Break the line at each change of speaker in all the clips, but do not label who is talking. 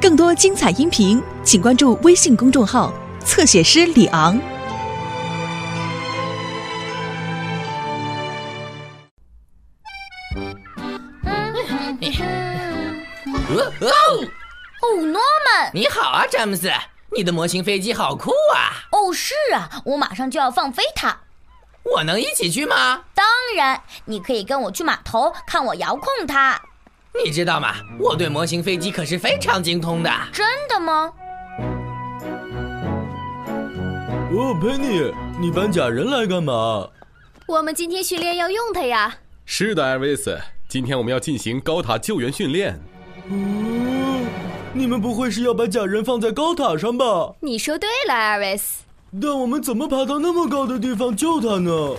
更多精彩音频，请关注微信公众号“侧写师李昂
哦哦，
哦，Norman，
你好啊，詹姆斯，你的模型飞机好酷啊！
哦，是啊，我马上就要放飞它。
我能一起去吗？
当然，你可以跟我去码头看我遥控它。
你知道吗？我对模型飞机可是非常精通的。
真的吗？
哦，佩妮，你搬假人来干嘛？
我们今天训练要用它呀。
是的，艾瑞斯，今天我们要进行高塔救援训练。
哦，你们不会是要把假人放在高塔上吧？
你说对了，艾瑞斯。
但我们怎么爬到那么高的地方救他呢？哦，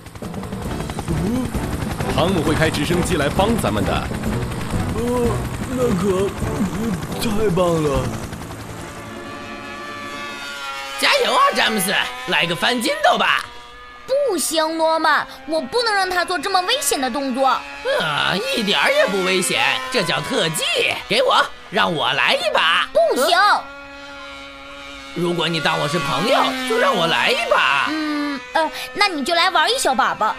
汤姆会开直升机来帮咱们的。
呃，那可、呃太棒了！
加油啊，詹姆斯，来个翻筋斗吧！
不行，Norman，我不能让它做这么危险的动作。
啊，一点儿也不危险，这叫特技。给我，让我来一把。
不行
呃，如果你当我是朋友，就让我来一把。
嗯，呃，那你就来玩一小把吧，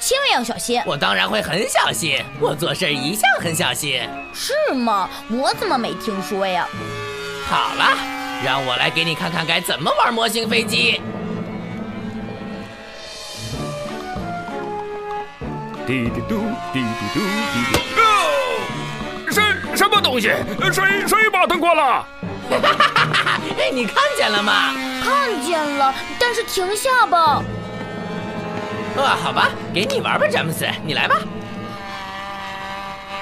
千万要小心，
我当然会很小心，我做事一向很小心。
是吗？我怎么没听说呀？
好了，让我来给你看看该怎么玩模型飞机。
滴滴嘟，滴滴嘟，滴滴。
什什么东西？谁谁把灯关了？
哎，你看见了吗？
看见了，但是停下吧。
啊，好吧，给你玩吧，詹姆斯，你来吧。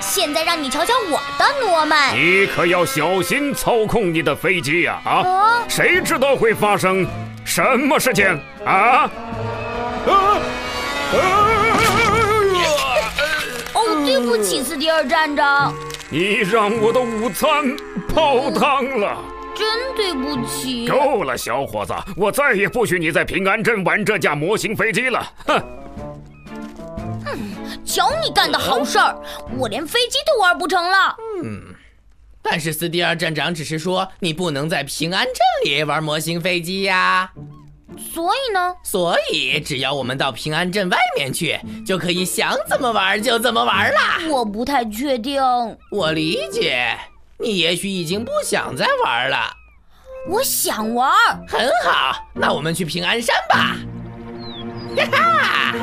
现在让你瞧瞧我的，诺曼。
你可要小心操控你的飞机呀、啊！
哦
谁知道会发生什么事情啊？啊啊！
哦，对不起，斯蒂尔站长，
你让我的午餐泡汤了！
真对不起。
够了，小伙子，我再也不许你在平安镇玩这架模型飞机了！哼。
瞧你干的好事儿，我连飞机都玩不成了。
但是斯蒂尔站长只是说你不能在平安镇里玩模型飞机呀，
所以呢，
所以只要我们到平安镇外面去，就可以想怎么玩就怎么玩啦。
我不太确定。
我理解，你也许已经不想再玩了。
我想玩儿，
很好，那我们去平安山吧。哈哈，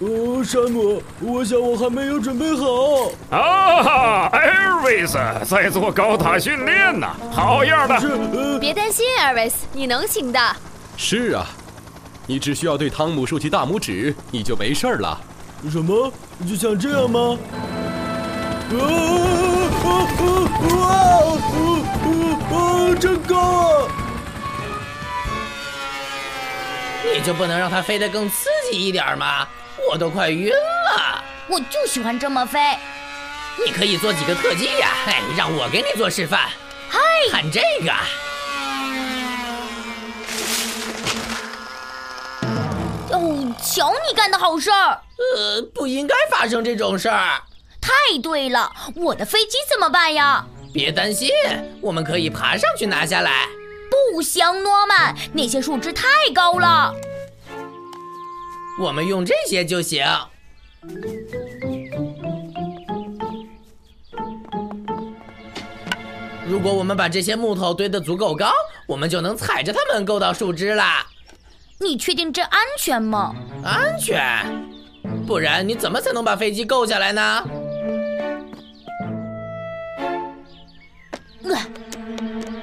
哦，山姆，我想我还没有准备好。
啊，艾瑞斯在做高塔训练呢，好样的！
是，呃，
别担心，艾瑞斯，你能行的。
是啊，你只需要对汤姆竖起大拇指，你就没事儿了。
什么？就像这样吗？啊啊啊啊啊啊！真高啊！
你就不能让它飞得更刺激一点吗？我都快晕了。
我就喜欢这么飞。
你可以做几个特技呀、哎，让我给你做示范。嗨，看这个。
哦，瞧你干的好事儿。
呃，不应该发生这种事儿。
太对了，我的飞机怎么办呀？
别担心，我们可以爬上去拿下来。
不行，诺曼，那些树枝太高了。
我们用这些就行。如果我们把这些木头堆得足够高，我们就能踩着它们够到树枝啦，
你确定这安全吗？
安全。不然你怎么才能把飞机够下来呢？
呃，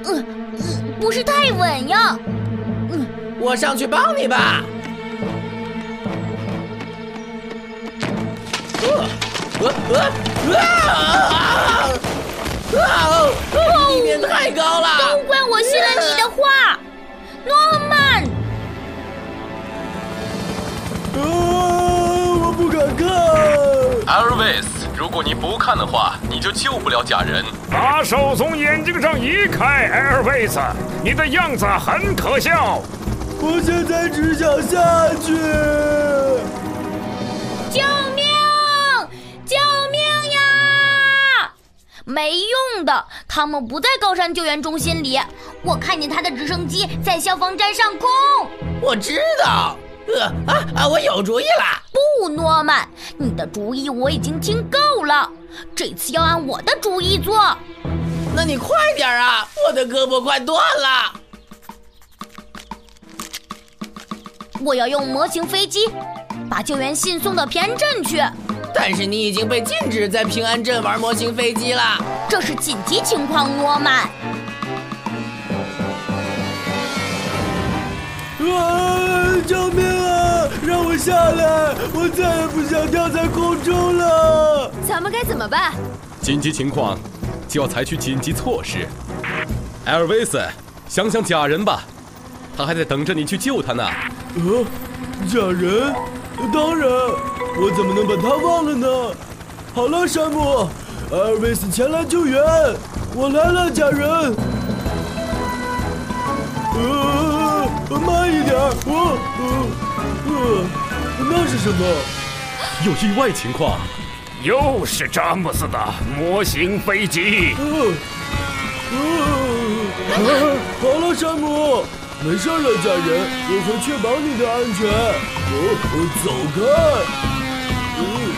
呃，呃不是太稳呀。
我上去帮你吧。呃呃呃呃啊啊啊！地面太高
都
了，
怪我信了你的话，诺曼。
啊，我不敢看。
艾瑞斯，如果你不看的话，你就救不了假人。
把手从眼睛上移开，艾瑞斯，你的样子很可笑。
我现在只想下去。
救没用的，他们不在高山救援中心里。我看见他的直升机在消防站上空。
我知道。呃啊啊！我有主意了。
不，诺曼，你的主意我已经听够了，这次要按我的主意做。
那你快点儿啊！我的胳膊快断了。
我要用模型飞机把救援信送到平安镇去，
但是你已经被禁止在平安镇玩模型飞机了。
这是紧急情况，诺曼。
啊！救命啊！让我下来，我再也不想跳在空中了。
咱们该怎么办？
紧急情况就要采取紧急措施。艾尔维斯，想想假人吧，他还在等着你去救他呢。
呃、假人？当然，我怎么能把他忘了呢？好了，山姆，艾尔维斯前来救援，我来了，假人。呃，慢一点，我呃呃，那是什么？
有意外情况，
又是詹姆斯的模型飞机。
呃呃，啊好了，山姆，没事了，家人，我会确保你的安全。哦，哦走开。嗯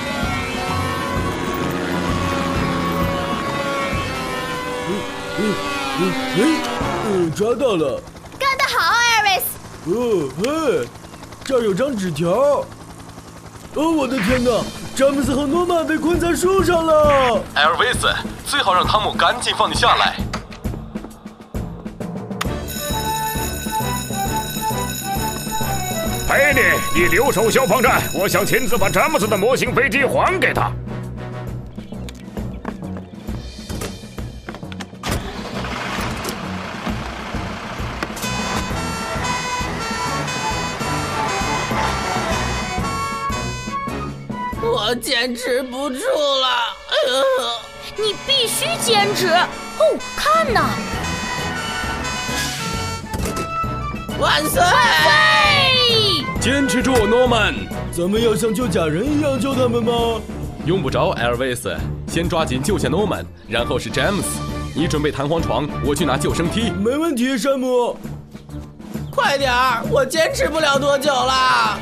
嗯嗯嗯，嗯，抓到了。
干得好，艾瑞斯！
哦嘿，这儿有张纸条。哦，我的天哪！詹姆斯和诺曼被困在树上了。
艾尔维斯，最好让汤姆赶紧放你下来。
佩里，哎你留守消防站，我想亲自把詹姆斯的模型飞机还给他。
我坚持不住了。呃
你必须坚持。哦，看呐、
万岁！
嘿，
坚持住，诺曼！
咱们要像救假人一样救他们吗？
用不着艾尔维斯，先抓紧救下诺曼，然后是詹姆斯。你准备弹簧床，我去拿救生梯。
没问题，山姆。
快点儿，我坚持不了多久了。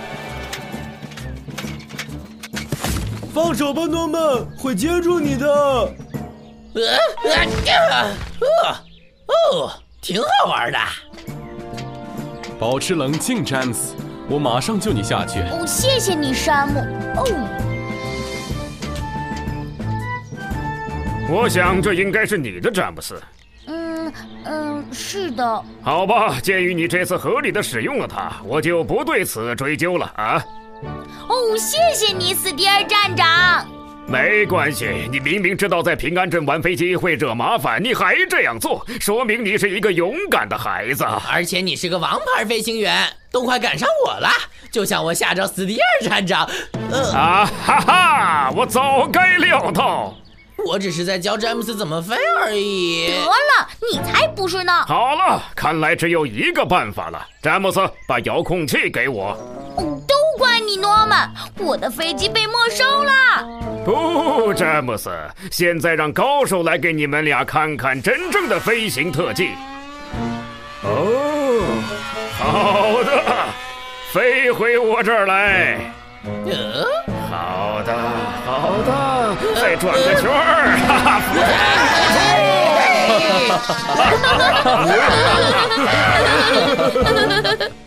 放手吧，诺曼，会接住你的。
呃呃呃哦，挺好玩的。
保持冷静，詹姆斯，我马上救你下去。
哦，谢谢你，山姆。哦。
我想这应该是你的詹姆斯。
嗯嗯，是的，
好吧，鉴于你这次合理的使用了它，我就不对此追究了啊。
哦，谢谢你，斯蒂尔站长。
没关系，你明明知道在平安镇玩飞机会惹麻烦，你还这样做，说明你是一个勇敢的孩子。
而且你是个王牌飞行员，都快赶上我了。就像我吓着斯蒂尔站长，呃，
啊哈哈！我早该料到。
我只是在教詹姆斯怎么飞而已
得。了，你才不是呢。
好了，看来只有一个办法了。詹姆斯，把遥控器给我。
哦，都怪你，诺曼，我的飞机被没收了。
不，詹姆斯，现在让高手来给你们俩看看真正的飞行特技。哦，好的，飞回我这儿来。
呃，
好的，好的，再转个圈儿，哈哈，不错不错。